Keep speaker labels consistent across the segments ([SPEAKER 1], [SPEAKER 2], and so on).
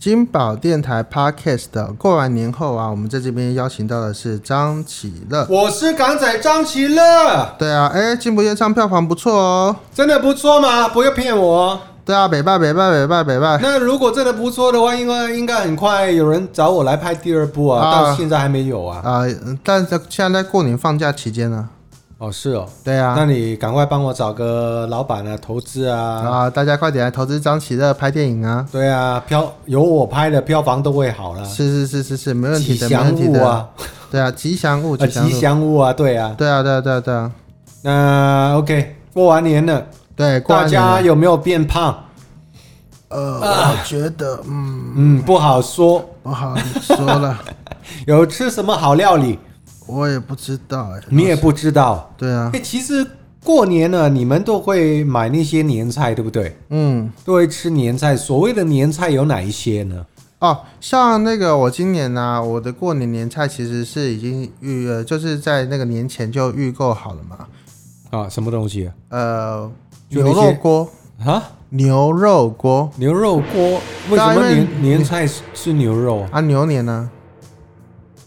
[SPEAKER 1] 金宝电台 Podcast。过完年后啊，我们在这边邀请到的是张启乐。
[SPEAKER 2] 我是港仔张其乐，
[SPEAKER 1] 对啊，哎，金不夜唱票房不错哦。
[SPEAKER 2] 真的不错吗？不要骗我。
[SPEAKER 1] 对啊，北拜北拜北拜北拜。
[SPEAKER 2] 那如果真的不错的话，应该应该很快有人找我来拍第二部啊，
[SPEAKER 1] 啊
[SPEAKER 2] 到现在还没有啊。
[SPEAKER 1] 啊、但是现在在过年放假期间呢、
[SPEAKER 2] 哦，是哦，
[SPEAKER 1] 对啊，
[SPEAKER 2] 那你赶快帮我找个老板啊，投资啊。
[SPEAKER 1] 啊，大家快点来投资张启乐拍电影啊！
[SPEAKER 2] 对啊，票有我拍的票房都会好啦。
[SPEAKER 1] 是是是是是，没问
[SPEAKER 2] 吉
[SPEAKER 1] 题的，没
[SPEAKER 2] 祥
[SPEAKER 1] 问题
[SPEAKER 2] 物
[SPEAKER 1] 的。
[SPEAKER 2] 啊，
[SPEAKER 1] 对啊，吉祥物，
[SPEAKER 2] 呃
[SPEAKER 1] 吉祥
[SPEAKER 2] 吉
[SPEAKER 1] 物。
[SPEAKER 2] 祥物啊，对啊。
[SPEAKER 1] 对啊，对啊，对啊，对啊，
[SPEAKER 2] 那 OK，过完年了，
[SPEAKER 1] 对，过
[SPEAKER 2] 大
[SPEAKER 1] 完年
[SPEAKER 2] 家
[SPEAKER 1] 了
[SPEAKER 2] 有没有变胖？
[SPEAKER 1] 呃，我觉得嗯
[SPEAKER 2] 嗯，不好说。
[SPEAKER 1] 不好说 了，
[SPEAKER 2] 有吃什么好料理，
[SPEAKER 1] 我也不知道哎。
[SPEAKER 2] 你也不知道。
[SPEAKER 1] 对啊，
[SPEAKER 2] 哎、其实过年呢，你们都会买那些年菜，对不对？
[SPEAKER 1] 嗯，
[SPEAKER 2] 都会吃年菜。所谓的年菜有哪一些呢？
[SPEAKER 1] 哦，像那个我今年呢、我的过年年菜其实是已经预呃，就是在那个年前就预购好了嘛。
[SPEAKER 2] 啊，什么东西啊？
[SPEAKER 1] 呃，
[SPEAKER 2] 就
[SPEAKER 1] 牛
[SPEAKER 2] 那些
[SPEAKER 1] 肉锅，
[SPEAKER 2] 啊
[SPEAKER 1] 牛肉锅
[SPEAKER 2] 牛肉锅？为什
[SPEAKER 1] 当
[SPEAKER 2] 么
[SPEAKER 1] 然
[SPEAKER 2] 年年菜是是牛肉啊？
[SPEAKER 1] 啊，牛年呢、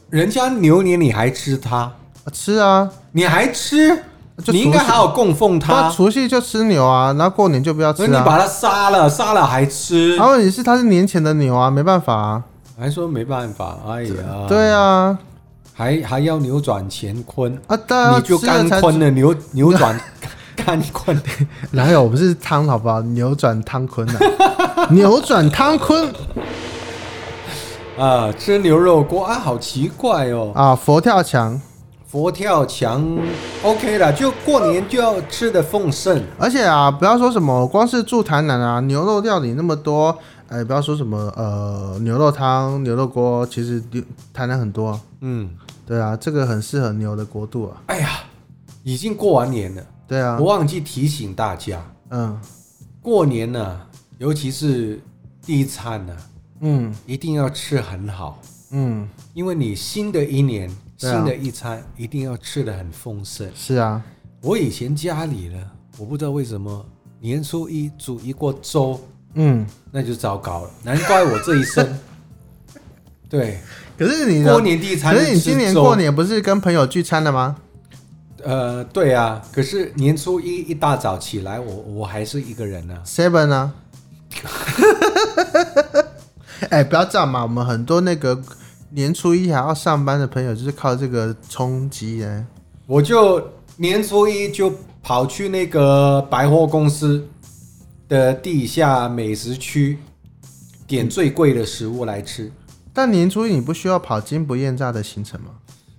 [SPEAKER 2] 人家牛年你还吃它？
[SPEAKER 1] 啊吃啊，
[SPEAKER 2] 你还吃？
[SPEAKER 1] 就
[SPEAKER 2] 你应该
[SPEAKER 1] 除夕
[SPEAKER 2] 好好供奉它
[SPEAKER 1] 那。除夕就吃牛啊，然后过年就不要
[SPEAKER 2] 那
[SPEAKER 1] 吃
[SPEAKER 2] 你
[SPEAKER 1] 啊。
[SPEAKER 2] 把它杀了，杀了还吃？
[SPEAKER 1] 然后你是它是年前的牛啊，没办法啊。
[SPEAKER 2] 还说没办法，哎呀，，
[SPEAKER 1] 对啊，
[SPEAKER 2] 还还要扭转乾坤，
[SPEAKER 1] 啊，当然要
[SPEAKER 2] 你就
[SPEAKER 1] 吃了
[SPEAKER 2] 干
[SPEAKER 1] 才
[SPEAKER 2] 坤了，扭扭转 干坤。
[SPEAKER 1] 哪有？我们是汤，好不好？扭转汤坤啊， 扭转汤坤
[SPEAKER 2] 啊，吃牛肉锅啊，好奇怪哦！
[SPEAKER 1] 啊！佛跳墙，
[SPEAKER 2] 佛跳墙 OK 啦，就过年就要吃的丰盛。
[SPEAKER 1] 而且啊，不要说什么，光是住台南啊，牛肉料理那么多，哎，不要说什么呃牛肉汤、牛肉锅，其实牛台南很多啊。
[SPEAKER 2] 嗯，
[SPEAKER 1] 对啊，这个很适合牛的国度啊。
[SPEAKER 2] 哎呀，已经过完年了，
[SPEAKER 1] 对啊
[SPEAKER 2] 我，忘记提醒大家，
[SPEAKER 1] 嗯
[SPEAKER 2] 过年呢、尤其是第一餐呢、
[SPEAKER 1] 嗯
[SPEAKER 2] 一定要吃很好，
[SPEAKER 1] 嗯，
[SPEAKER 2] 因为你新的一年、
[SPEAKER 1] 对啊
[SPEAKER 2] 新的一餐一定要吃的很丰盛。
[SPEAKER 1] 是啊，
[SPEAKER 2] 我以前家里呢，我不知道为什么年初一煮一锅粥，
[SPEAKER 1] 嗯。
[SPEAKER 2] 那就糟糕了，难怪我这一生。 对，
[SPEAKER 1] 可是你的
[SPEAKER 2] 过年第一餐
[SPEAKER 1] 啊可
[SPEAKER 2] 就是
[SPEAKER 1] 你今年
[SPEAKER 2] 吃粥
[SPEAKER 1] 过年不是跟朋友聚餐了吗？
[SPEAKER 2] 呃，对啊，可是年初一一大早起来，我我还是一个人啊呢、
[SPEAKER 1] Seven 啊呢？ 哎、不要这样嘛！我们很多那个年初一还要上班的朋友，就是靠这个冲击哎。
[SPEAKER 2] 我就年初一就跑去那个百货公司的地下美食区，点最贵的食物来吃
[SPEAKER 1] 但年初一你不需要跑金不厌诈的行程吗？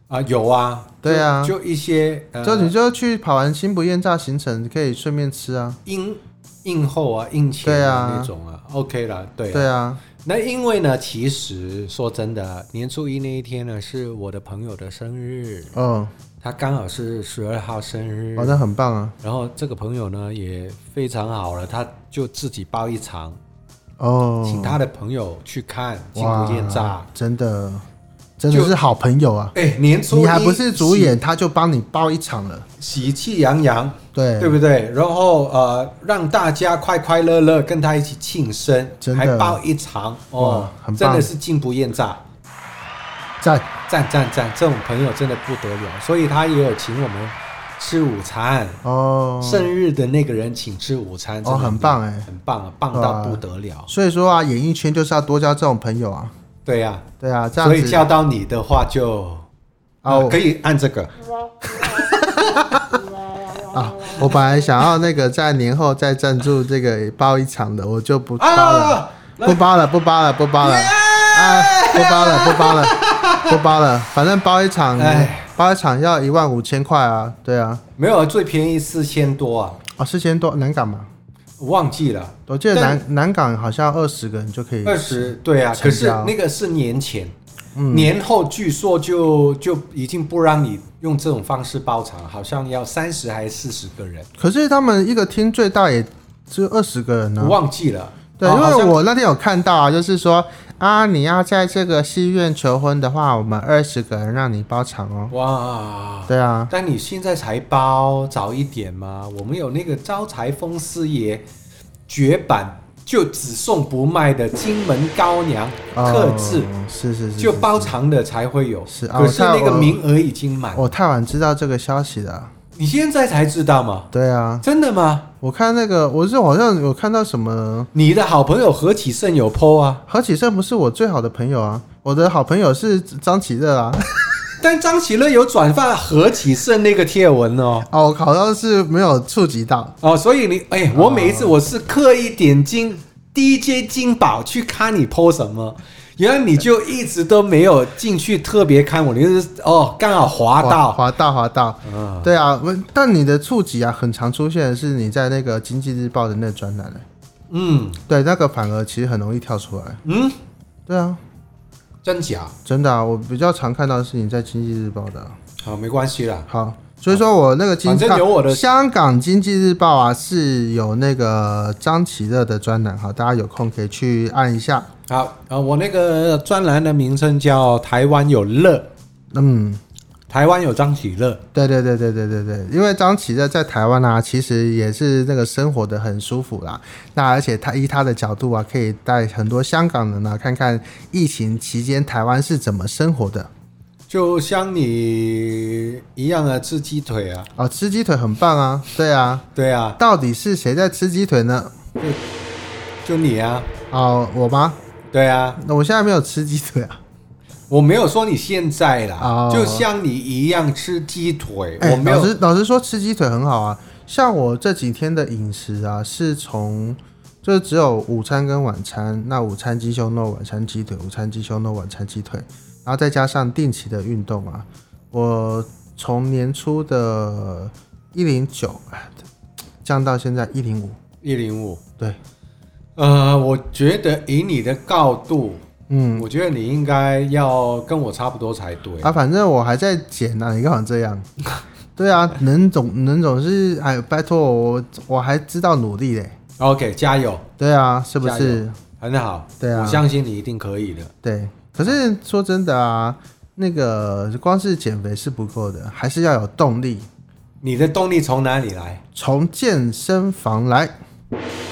[SPEAKER 2] 啊、有啊，
[SPEAKER 1] 对啊
[SPEAKER 2] 就就一些呃，
[SPEAKER 1] 就你就去跑完金不厌诈行程，可以顺便吃啊。
[SPEAKER 2] 应应后啊，应钱
[SPEAKER 1] 对
[SPEAKER 2] 啊
[SPEAKER 1] 啊
[SPEAKER 2] 那种啊，OK 啦，对、啊。
[SPEAKER 1] 对啊，
[SPEAKER 2] 那因为呢，其实说真的啊，年初一那一天呢，是我的朋友的生日，
[SPEAKER 1] 哦，
[SPEAKER 2] 他刚好是十二号生日，
[SPEAKER 1] 好、像很棒啊。
[SPEAKER 2] 然后这个朋友呢也非常好了，他就自己包一场，请
[SPEAKER 1] 哦，
[SPEAKER 2] 他的朋友去看《金
[SPEAKER 1] 哇
[SPEAKER 2] 不见诈
[SPEAKER 1] 真的，真的是好朋友啊》。！
[SPEAKER 2] 哎，年初一
[SPEAKER 1] 你还不是主演，他就帮你包一场了。
[SPEAKER 2] 喜，喜气洋洋，
[SPEAKER 1] 对，
[SPEAKER 2] 对不对？然后呃，让大家快快乐乐跟他一起庆生，
[SPEAKER 1] 真的
[SPEAKER 2] 还包一场哦
[SPEAKER 1] 哇，很棒
[SPEAKER 2] 真的是金不厌诈，
[SPEAKER 1] 在
[SPEAKER 2] 赞赞赞！这种朋友真的不得了，所以他也有请我们吃午餐。
[SPEAKER 1] 哦，
[SPEAKER 2] 生日的那个人请吃午餐，真
[SPEAKER 1] 哦
[SPEAKER 2] 的
[SPEAKER 1] 很棒哎
[SPEAKER 2] 很棒啊，棒到不得了。
[SPEAKER 1] 所以说啊，演艺圈就是要多交这种朋友啊。
[SPEAKER 2] 对呀、
[SPEAKER 1] 对啊，这样
[SPEAKER 2] 所以
[SPEAKER 1] 子
[SPEAKER 2] 叫到你的话就啊、
[SPEAKER 1] 哦
[SPEAKER 2] 可以按这个。
[SPEAKER 1] 啊，我本来想要那个在年后再赞助这个包一场的，我就不包了，
[SPEAKER 2] 啊，
[SPEAKER 1] 不包了，不包了，不包了，啊，不包了，不包了，不包了，反正包一场
[SPEAKER 2] 哎，
[SPEAKER 1] 包一场要一万五千块啊，对啊，
[SPEAKER 2] 没有最便宜四千多啊，
[SPEAKER 1] 哦，四千多南港嘛，
[SPEAKER 2] 我忘记了
[SPEAKER 1] 我记得
[SPEAKER 2] 但
[SPEAKER 1] 南南港好像二十个人就可以，
[SPEAKER 2] 二十对啊，
[SPEAKER 1] 成
[SPEAKER 2] 可是
[SPEAKER 1] 交嗯
[SPEAKER 2] 那个是年前，年后据说就就已经不让你用这种方式包场，好像要三十还是四十个人，
[SPEAKER 1] 可是他们一个厅最大也只有二十个人呢、
[SPEAKER 2] 我忘记了。
[SPEAKER 1] 嗯对，
[SPEAKER 2] 哦
[SPEAKER 1] 因
[SPEAKER 2] 好
[SPEAKER 1] 为
[SPEAKER 2] 像
[SPEAKER 1] 我那天有看到啊，就是说啊，你要在这个戏院求婚的话，我们二十个人让你包场哦。
[SPEAKER 2] 哇，
[SPEAKER 1] 对啊，
[SPEAKER 2] 但你现在才包，早一点嘛。我们有那个招财风师爷绝版就只送不卖的金门高粱特制，
[SPEAKER 1] 哦是是是，
[SPEAKER 2] 就是包场的才会有。
[SPEAKER 1] 是啊
[SPEAKER 2] 可是
[SPEAKER 1] 我
[SPEAKER 2] 那个
[SPEAKER 1] 我
[SPEAKER 2] 名额已经满，
[SPEAKER 1] 我太晚知道这个消息了。
[SPEAKER 2] 你现在才知道吗？
[SPEAKER 1] 对啊，
[SPEAKER 2] 真的吗？
[SPEAKER 1] 我看那个，我是好像有看到什么
[SPEAKER 2] 你的好朋友何启胜有 PO 啊，
[SPEAKER 1] 何启胜不是我最好的朋友啊，我的好朋友是张启热啊。
[SPEAKER 2] 但张启乐有转发何启胜那个贴文哦。
[SPEAKER 1] 哦，我好像是没有触及到。
[SPEAKER 2] 哦，所以你哎，我每一次我是刻意点进 DJ 金宝去看你 PO 什么，原来你就一直都没有进去特别看我，你就是哦刚好滑到
[SPEAKER 1] 滑到滑到，
[SPEAKER 2] 嗯
[SPEAKER 1] 对啊，我但你的触及啊，很常出现的是你在那个《经济日报》的那个专栏、欸，
[SPEAKER 2] 嗯
[SPEAKER 1] 对，那个反而其实很容易跳出来。
[SPEAKER 2] 嗯，
[SPEAKER 1] 对啊，
[SPEAKER 2] 真假？
[SPEAKER 1] 真的啊，我比较常看到的是你在《经济日报》的啊。
[SPEAKER 2] 好，没关系啦。
[SPEAKER 1] 好，所以说我那个经
[SPEAKER 2] 反正有我的
[SPEAKER 1] 香港经济日报啊，是有那个张启乐的专栏，好，大家有空可以去按一下。
[SPEAKER 2] 好啊、呃我那个专栏的名称叫“台湾有乐
[SPEAKER 1] 嗯，”，
[SPEAKER 2] 台湾有张启乐。
[SPEAKER 1] 对对对对对对对，因为张启乐在台湾啊，其实也是那个生活的很舒服啦。那而且他以他的角度啊，可以带很多香港人啊，看看疫情期间台湾是怎么生活的。
[SPEAKER 2] 就像你一样啊，吃鸡腿啊，
[SPEAKER 1] 哦，吃鸡腿很棒啊，对啊，
[SPEAKER 2] 对啊，
[SPEAKER 1] 到底是谁在吃鸡腿呢？
[SPEAKER 2] 就你啊，
[SPEAKER 1] 哦，我吗？
[SPEAKER 2] 对啊，
[SPEAKER 1] 那我现在没有吃鸡腿啊。
[SPEAKER 2] 我没有说你现在啦，
[SPEAKER 1] 哦
[SPEAKER 2] 就像你一样吃鸡腿，
[SPEAKER 1] 哎、
[SPEAKER 2] 我没
[SPEAKER 1] 老
[SPEAKER 2] 有
[SPEAKER 1] 实老实说，吃鸡腿很好啊。像我这几天的饮食啊，是从就是只有午餐跟晚餐，那午餐鸡胸肉，晚餐鸡腿，午餐鸡胸肉，晚餐鸡腿，然后再加上定期的运动啊。我从年初的一零九哎降到现在一零五，
[SPEAKER 2] 一零五。
[SPEAKER 1] 对，
[SPEAKER 2] 呃，我觉得以你的高度，
[SPEAKER 1] 嗯
[SPEAKER 2] 我觉得你应该要跟我差不多才对。
[SPEAKER 1] 啊，反正我还在减啊，你干嘛这样？ 对啊，能总能总是哎，拜托我，我我还知道努力嘞。
[SPEAKER 2] OK，加油，
[SPEAKER 1] 对啊，是不
[SPEAKER 2] 加油
[SPEAKER 1] 是？
[SPEAKER 2] 很好。
[SPEAKER 1] 对啊
[SPEAKER 2] 我相信你一定可以的。
[SPEAKER 1] 对，可是说真的啊，那个光是减肥是不够的，还是要有动力，
[SPEAKER 2] 你的动力从哪里来？
[SPEAKER 1] 从健身房来，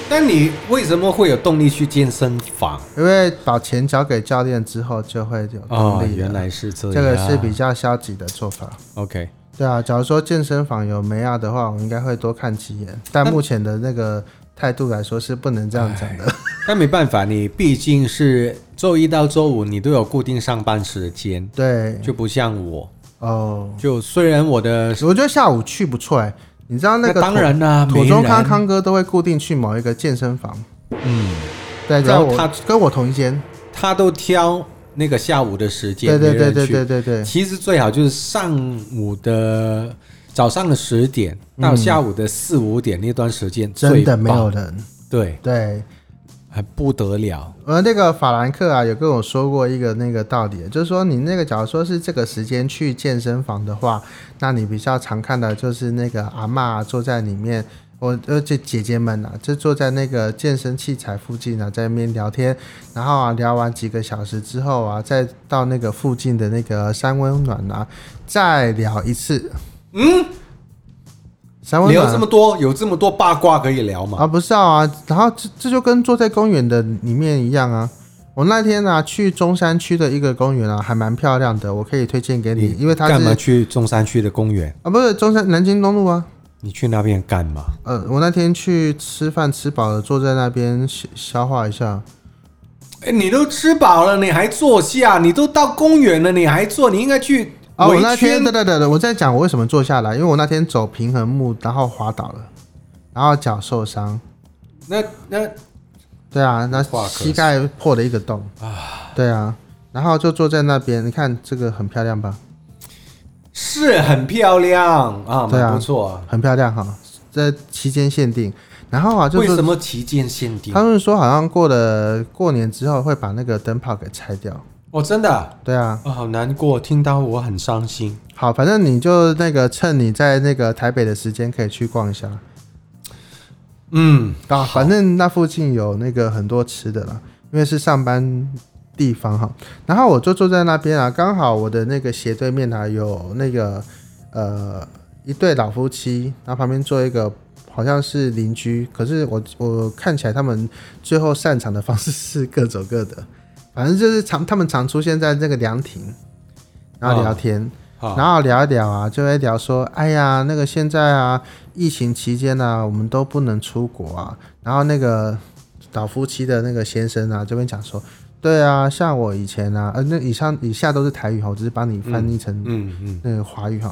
[SPEAKER 2] 但你为什么会有动力去健身房？
[SPEAKER 1] 因为把钱交给教练之后就会有动
[SPEAKER 2] 哦，
[SPEAKER 1] 力了、
[SPEAKER 2] 原来是这样。
[SPEAKER 1] 这个是比较消极的做法。
[SPEAKER 2] OK。
[SPEAKER 1] 对啊，假如说健身房有梅亚的话，我应该会多看几眼，但目前的那个态度来说是不能这样讲的。
[SPEAKER 2] 但没办法，你毕竟是周一到周五你都有固定上班时间，
[SPEAKER 1] 对，
[SPEAKER 2] 哎就不像我。
[SPEAKER 1] 哦，
[SPEAKER 2] 就虽然我的
[SPEAKER 1] 我觉得下午去不错哎、你知道那个
[SPEAKER 2] 当然啦、
[SPEAKER 1] 妥
[SPEAKER 2] 啊没
[SPEAKER 1] 中
[SPEAKER 2] 人
[SPEAKER 1] 康康哥都会固定去某一个健身房。
[SPEAKER 2] 嗯，
[SPEAKER 1] 对，在
[SPEAKER 2] 然后
[SPEAKER 1] 我
[SPEAKER 2] 他
[SPEAKER 1] 跟我同一间。
[SPEAKER 2] 他都挑那个下午的时间，
[SPEAKER 1] 对对对
[SPEAKER 2] 没人
[SPEAKER 1] 对
[SPEAKER 2] 去
[SPEAKER 1] 对对对，
[SPEAKER 2] 其实最好就是上午的早上的十点到下午的四五点那段时间最
[SPEAKER 1] 嗯
[SPEAKER 2] 棒，
[SPEAKER 1] 真的没有人。
[SPEAKER 2] 对，
[SPEAKER 1] 对，
[SPEAKER 2] 还不得了，
[SPEAKER 1] 呃，那个法兰克啊，有跟我说过一个那个道理，就是说你那个假如说是这个时间去健身房的话，那你比较常看的就是那个阿嬷啊坐在里面。我呃，这姐姐们啊，就坐在那个健身器材附近啊，在那边聊天，然后啊，聊完几个小时之后啊，再到那个附近的那个山温暖啊，再聊一次。
[SPEAKER 2] 嗯，
[SPEAKER 1] 山温暖
[SPEAKER 2] 聊这么多，有这么多八卦可以聊嘛？
[SPEAKER 1] 啊，不是啊，然后这这就跟坐在公园的里面一样啊。我那天呢、啊、去中山区的一个公园啊，还蛮漂亮的，我可以推荐给你，因为它
[SPEAKER 2] 干嘛
[SPEAKER 1] 是
[SPEAKER 2] 去中山区的公园？
[SPEAKER 1] 啊，不是中山南京东路啊。
[SPEAKER 2] 你去那边干嘛？
[SPEAKER 1] 呃，我那天去吃饭，吃饱了，坐在那边消消化一下。
[SPEAKER 2] 哎，你都吃饱了，你还坐下？你都到公园了，你还坐？你应该去
[SPEAKER 1] 啊，我
[SPEAKER 2] 围
[SPEAKER 1] 那天
[SPEAKER 2] 圈
[SPEAKER 1] 对对对对，我在讲我为什么坐下来，因为我那天走平衡木，然后滑倒了，然后脚受伤，
[SPEAKER 2] 那那
[SPEAKER 1] 对啊，那
[SPEAKER 2] 话可
[SPEAKER 1] 膝盖破了一个洞啊，对啊，然后就坐在那边，你看这个很漂亮吧？
[SPEAKER 2] 是很漂亮啊，
[SPEAKER 1] 对啊
[SPEAKER 2] 蛮不错啊。
[SPEAKER 1] 很漂亮哈，这期间限定。然后啊，就
[SPEAKER 2] 为
[SPEAKER 1] 是
[SPEAKER 2] 什么旗舰限定？
[SPEAKER 1] 他们说好像过了过年之后会把那个灯泡给拆掉。
[SPEAKER 2] 哦，真的啊、
[SPEAKER 1] 对啊，
[SPEAKER 2] 哦好难过，听到我很伤心。
[SPEAKER 1] 好，反正你就那个趁你在那个台北的时间可以去逛一下
[SPEAKER 2] 嗯，
[SPEAKER 1] 啊，反正那附近有那个很多吃的啦，因为是上班地方哈。然后我就坐在那边啊，刚好我的那个斜对面啊有那个呃一对老夫妻，然后旁边坐一个。好像是邻居，可是我我看起来他们最后散场的方式是各走各的，反正就是常他们常出现在那个凉亭，然后聊天。
[SPEAKER 2] 啊，
[SPEAKER 1] 然后聊一聊啊，就会聊说，哎呀，那个现在啊，疫情期间呢、啊，我们都不能出国啊。然后那个老夫妻的那个先生啊，这边讲说，对啊，像我以前啊，呃，那以上以下都是台语哈，我只是帮你翻译成
[SPEAKER 2] 嗯嗯，
[SPEAKER 1] 那个华语哈。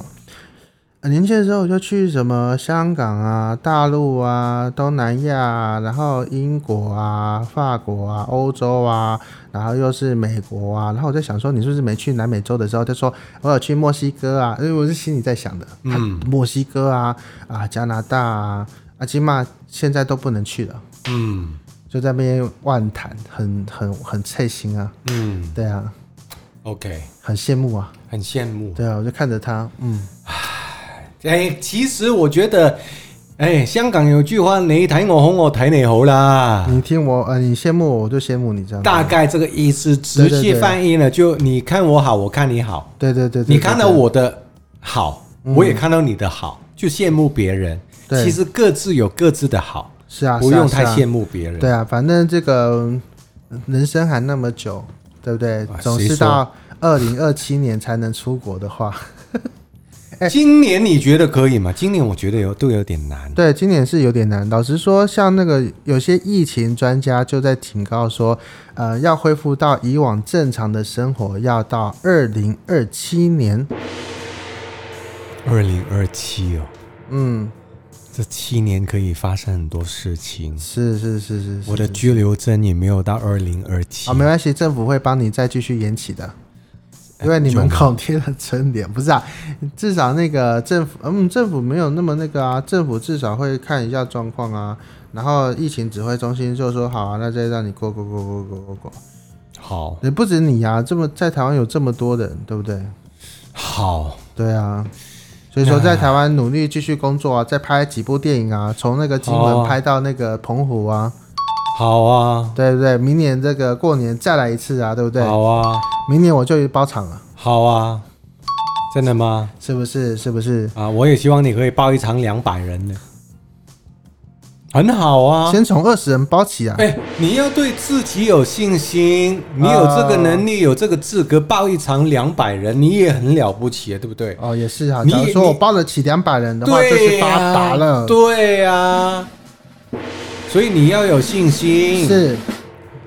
[SPEAKER 1] 呃年轻的时候我就去什么香港啊、大陆啊、东南亚、啊，然后英国啊、法国啊、欧洲啊，然后又是美国啊，然后我在想说，你是不是没去南美洲的时候，就说我有去墨西哥啊？因为我是心里在想的，嗯，墨西哥啊、啊加拿大啊、啊起码现在都不能去了，
[SPEAKER 2] 嗯
[SPEAKER 1] 就在那边万谈，很很很刺心啊，
[SPEAKER 2] 嗯
[SPEAKER 1] 对啊，
[SPEAKER 2] ，OK，
[SPEAKER 1] 很羡慕啊，
[SPEAKER 2] 很羡慕。
[SPEAKER 1] 对啊，我就看着他，嗯，
[SPEAKER 2] 哎，其实我觉得，哎，香港有句话，你睇我好，我睇你好啦。
[SPEAKER 1] 你听我，呃，你羡慕我，我就羡慕你这样子。
[SPEAKER 2] 啊大概这个意思，直接翻译呢，就你看我好，我看你好，
[SPEAKER 1] 对对对对，
[SPEAKER 2] 你看到
[SPEAKER 1] 对，
[SPEAKER 2] 我的好，我也看到你的好，就羡慕别人。
[SPEAKER 1] 对
[SPEAKER 2] 其实各自有各自的好，
[SPEAKER 1] 是啊，
[SPEAKER 2] 不
[SPEAKER 1] 是啊
[SPEAKER 2] 用太
[SPEAKER 1] 是啊
[SPEAKER 2] 羡慕别人。
[SPEAKER 1] 对啊，反正这个嗯人生还那么久，对不对
[SPEAKER 2] 啊？
[SPEAKER 1] 总
[SPEAKER 2] 谁
[SPEAKER 1] 是
[SPEAKER 2] 说
[SPEAKER 1] 到二零二七年才能出国的话， 哎
[SPEAKER 2] 今年你觉得可以吗？今年我觉得有都有点难。
[SPEAKER 1] 对，今年是有点难。老实说，像那个有些疫情专家就在警告说，呃，要恢复到以往正常的生活，要到二零二七年。
[SPEAKER 2] 二零二七哦，
[SPEAKER 1] 嗯，
[SPEAKER 2] 这七年可以发生很多事情。
[SPEAKER 1] 是是是是是
[SPEAKER 2] 我的居留证也没有到二零二七
[SPEAKER 1] 啊，，没关系，政府会帮你再继续延期的，因为你门口贴了春联，不是啊？至少那个政府，嗯，政府没有那么那个啊，政府至少会看一下状况啊。然后疫情指挥中心就说好啊，那再让你过过过过过过过。
[SPEAKER 2] 好
[SPEAKER 1] 也不止你啊，这么在台湾有这么多人，对不对？
[SPEAKER 2] 好
[SPEAKER 1] 对啊，所以说在台湾努力继续工作啊，再拍几部电影啊，从那个金
[SPEAKER 2] 哦
[SPEAKER 1] 门拍到那个澎湖啊，
[SPEAKER 2] 好啊，
[SPEAKER 1] 对不对？明年这个过年再来一次啊，对不对？
[SPEAKER 2] 好啊，
[SPEAKER 1] 明年我就包场了。
[SPEAKER 2] 好啊，真的吗？
[SPEAKER 1] 是不是？是不是？
[SPEAKER 2] 啊，我也希望你可以包一场两百人的，很好啊。
[SPEAKER 1] 先从二十人包起啊！
[SPEAKER 2] 哎、你要对自己有信心，你有这个能力，有这个资格报一场两百人，你也很了不起，对不对？
[SPEAKER 1] 哦，也是啊。
[SPEAKER 2] 你
[SPEAKER 1] 假如说
[SPEAKER 2] 你
[SPEAKER 1] 我包得起两百人的话，就
[SPEAKER 2] 对
[SPEAKER 1] 是
[SPEAKER 2] 呀、
[SPEAKER 1] 发达了。
[SPEAKER 2] 对呀、所以你要有信心。
[SPEAKER 1] 是，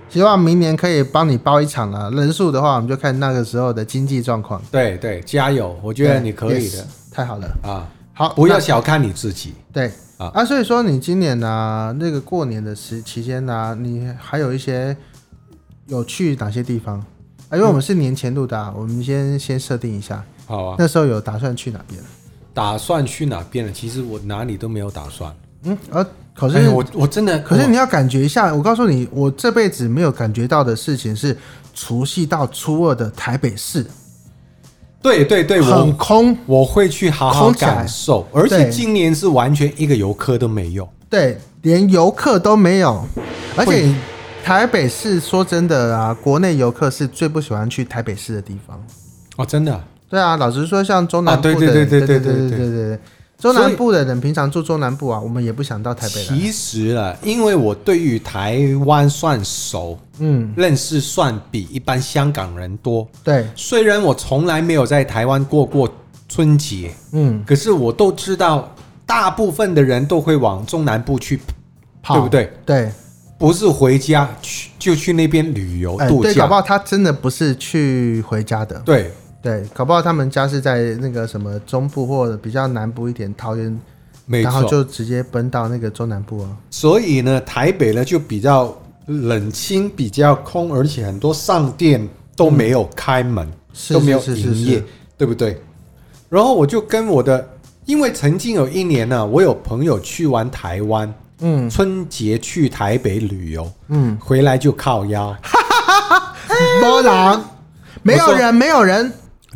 [SPEAKER 1] 希望明年可以帮你包一场了。人数的话，我们就看那个时候的经济状况。
[SPEAKER 2] 对对，加油！我觉得
[SPEAKER 1] 对
[SPEAKER 2] 你可以
[SPEAKER 1] yes，
[SPEAKER 2] 的
[SPEAKER 1] 太好了。
[SPEAKER 2] 啊，
[SPEAKER 1] 好，
[SPEAKER 2] 不要
[SPEAKER 1] 那
[SPEAKER 2] 小看你自己。
[SPEAKER 1] 对
[SPEAKER 2] 啊
[SPEAKER 1] 啊。所以说，你今年呢、那个过年的时期间呢、你还有一些有去哪些地方？啊，因为我们是年前录的、啊，我们先先设定一下，
[SPEAKER 2] 好啊，
[SPEAKER 1] 那时候有打算去哪边？
[SPEAKER 2] 打算去哪边了？其实我哪里都没有打算。
[SPEAKER 1] 嗯，呃、可是、
[SPEAKER 2] 哎我我真的，
[SPEAKER 1] 可是你要感觉一下，我告诉你，我这辈子没有感觉到的事情是除夕到初二的台北市
[SPEAKER 2] 对对对，
[SPEAKER 1] 很
[SPEAKER 2] 我
[SPEAKER 1] 空。
[SPEAKER 2] 我会去好好
[SPEAKER 1] 空起来
[SPEAKER 2] 感受，而且
[SPEAKER 1] 对
[SPEAKER 2] 今年是完全一个游客都没有。
[SPEAKER 1] 对，连游客都没有，而且台北市说真的啊，国内游客是最不喜欢去台北市的地方。
[SPEAKER 2] 哦，真的啊，
[SPEAKER 1] 对啊，老实说，像中南部的
[SPEAKER 2] 啊
[SPEAKER 1] 人，
[SPEAKER 2] 对对
[SPEAKER 1] 对
[SPEAKER 2] 对对
[SPEAKER 1] 对
[SPEAKER 2] 对
[SPEAKER 1] 对
[SPEAKER 2] 对
[SPEAKER 1] 对对，中南部的人平常住中南部啊，我们也不想到台北来。
[SPEAKER 2] 其实啊，因为我对于台湾算熟，
[SPEAKER 1] 嗯，
[SPEAKER 2] 认识算比一般香港人多。
[SPEAKER 1] 对，
[SPEAKER 2] 虽然我从来没有在台湾过过春节，
[SPEAKER 1] 嗯，
[SPEAKER 2] 可是我都知道，大部分的人都会往中南部去，
[SPEAKER 1] 跑
[SPEAKER 2] 对不对？
[SPEAKER 1] 对，
[SPEAKER 2] 不是回家去就去那边旅游
[SPEAKER 1] 哎、
[SPEAKER 2] 度
[SPEAKER 1] 对，搞
[SPEAKER 2] 假
[SPEAKER 1] 不。好他真的不是去回家的。
[SPEAKER 2] 对
[SPEAKER 1] 对，搞不好他们家是在那个什么中部或者比较南部一点桃园，
[SPEAKER 2] 没
[SPEAKER 1] 然后
[SPEAKER 2] 错。
[SPEAKER 1] 就直接奔到那个中南部啊。
[SPEAKER 2] 所以呢，台北呢就比较冷清，比较空，而且很多商店都没有开门，
[SPEAKER 1] 是
[SPEAKER 2] 都没有
[SPEAKER 1] 是是是
[SPEAKER 2] 营业，
[SPEAKER 1] 是
[SPEAKER 2] 对不对？然后我就跟我的，因为曾经有一年呢、我有朋友去完台湾，
[SPEAKER 1] 嗯
[SPEAKER 2] 春节去台北旅游，
[SPEAKER 1] 嗯，
[SPEAKER 2] 回来就靠腰，
[SPEAKER 1] 波浪，没有
[SPEAKER 2] 我说
[SPEAKER 1] 人，没有人。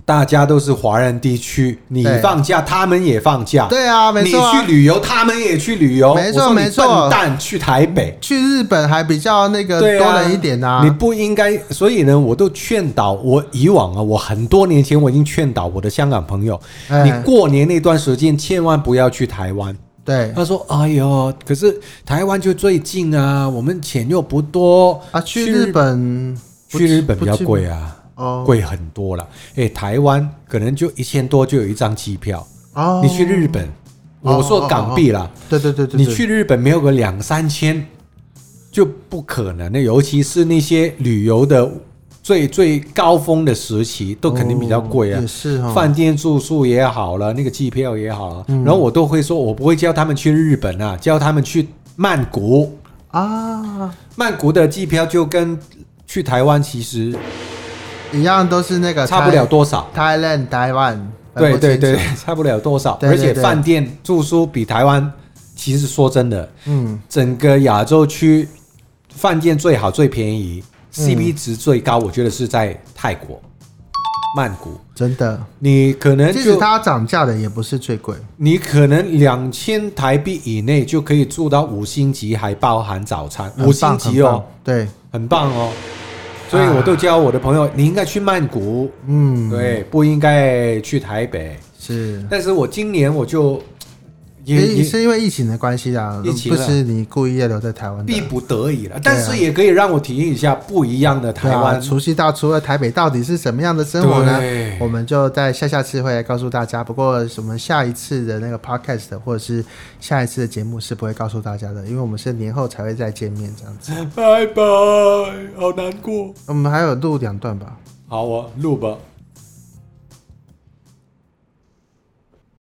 [SPEAKER 2] 大家都是华人地区，你
[SPEAKER 1] 对
[SPEAKER 2] 放假，他们也放假，
[SPEAKER 1] 对啊，没
[SPEAKER 2] 你
[SPEAKER 1] 错、啊
[SPEAKER 2] 去。旅游，他们也去旅游，
[SPEAKER 1] 没错
[SPEAKER 2] 我说你
[SPEAKER 1] 没错
[SPEAKER 2] 笨蛋去台北，
[SPEAKER 1] 去日本还比较那个
[SPEAKER 2] 对
[SPEAKER 1] 多
[SPEAKER 2] 啊
[SPEAKER 1] 人一点呐、
[SPEAKER 2] 你不应该，所以呢，我都劝导我以往啊，我很多年前我已经劝导我的香港朋友，
[SPEAKER 1] 哎
[SPEAKER 2] 你过年那段时间千万不要去台湾，
[SPEAKER 1] 对
[SPEAKER 2] 他说：“哎呦，可是台湾就最近啊，我们钱又不多，
[SPEAKER 1] 啊，去日本不
[SPEAKER 2] 去日本比较
[SPEAKER 1] 不近
[SPEAKER 2] 贵啊，
[SPEAKER 1] 哦
[SPEAKER 2] 贵很多了。哎，台湾可能就一千多就有一张机票，
[SPEAKER 1] 哦，
[SPEAKER 2] 你去日本，
[SPEAKER 1] 哦
[SPEAKER 2] 我说港币啦，
[SPEAKER 1] 对对对对，
[SPEAKER 2] 你
[SPEAKER 1] 对
[SPEAKER 2] 去日本没有个两三千就不可能的，尤其是那些旅游的最最高峰的时期，都肯定比较贵啊
[SPEAKER 1] 哦也。嗯是哈、
[SPEAKER 2] 饭店住宿也好了，那个机票也好了，然后我都会说，我不会叫他们去日本啊，叫他们去曼谷。
[SPEAKER 1] 啊，
[SPEAKER 2] 曼谷的机票就跟去台湾其实
[SPEAKER 1] 一样都是那个
[SPEAKER 2] 差不了多少，
[SPEAKER 1] Thailand 台湾，分
[SPEAKER 2] 对
[SPEAKER 1] 不
[SPEAKER 2] 对
[SPEAKER 1] 清
[SPEAKER 2] 对
[SPEAKER 1] 楚，，
[SPEAKER 2] 差不了多少。
[SPEAKER 1] 对
[SPEAKER 2] 而
[SPEAKER 1] 对
[SPEAKER 2] 且
[SPEAKER 1] 对
[SPEAKER 2] 饭店住宿比台湾，其实说真的，
[SPEAKER 1] 嗯，
[SPEAKER 2] 整个亚洲区饭店最好最便宜，CP
[SPEAKER 1] 嗯
[SPEAKER 2] 值最高，我觉得是在泰国曼谷。
[SPEAKER 1] 真的，
[SPEAKER 2] 你可能
[SPEAKER 1] 即使
[SPEAKER 2] 就
[SPEAKER 1] 它涨价的也不是最贵，
[SPEAKER 2] 你可能两千台币以内就可以住到五星级，还包含早餐，
[SPEAKER 1] 很
[SPEAKER 2] 五星
[SPEAKER 1] 棒
[SPEAKER 2] 级，
[SPEAKER 1] 很
[SPEAKER 2] 哦
[SPEAKER 1] 棒，对，
[SPEAKER 2] 很棒哦。所以我都教我的朋友，你应该去曼谷，
[SPEAKER 1] 嗯，，
[SPEAKER 2] 对，不应该去台北。
[SPEAKER 1] 是。
[SPEAKER 2] 但是我今年我就也
[SPEAKER 1] 也
[SPEAKER 2] 也
[SPEAKER 1] 是因为疫情的关系啊，
[SPEAKER 2] 疫情
[SPEAKER 1] 不
[SPEAKER 2] 了
[SPEAKER 1] 是你故意要留在台湾的。
[SPEAKER 2] 逼不得已了，但是也可以让我体验一下不一样的台
[SPEAKER 1] 啊对啊
[SPEAKER 2] 湾
[SPEAKER 1] 除夕到初二，台北到底是什么样的生活呢
[SPEAKER 2] 对？
[SPEAKER 1] 我们就在下下次会来告诉大家。不过，我们下一次的那个 podcast 或者是下一次的节目是不会告诉大家的，因为我们是年后才会再见面这样子。
[SPEAKER 2] 拜拜，好难过。
[SPEAKER 1] 我们还有录两段吧？
[SPEAKER 2] 好，我录吧。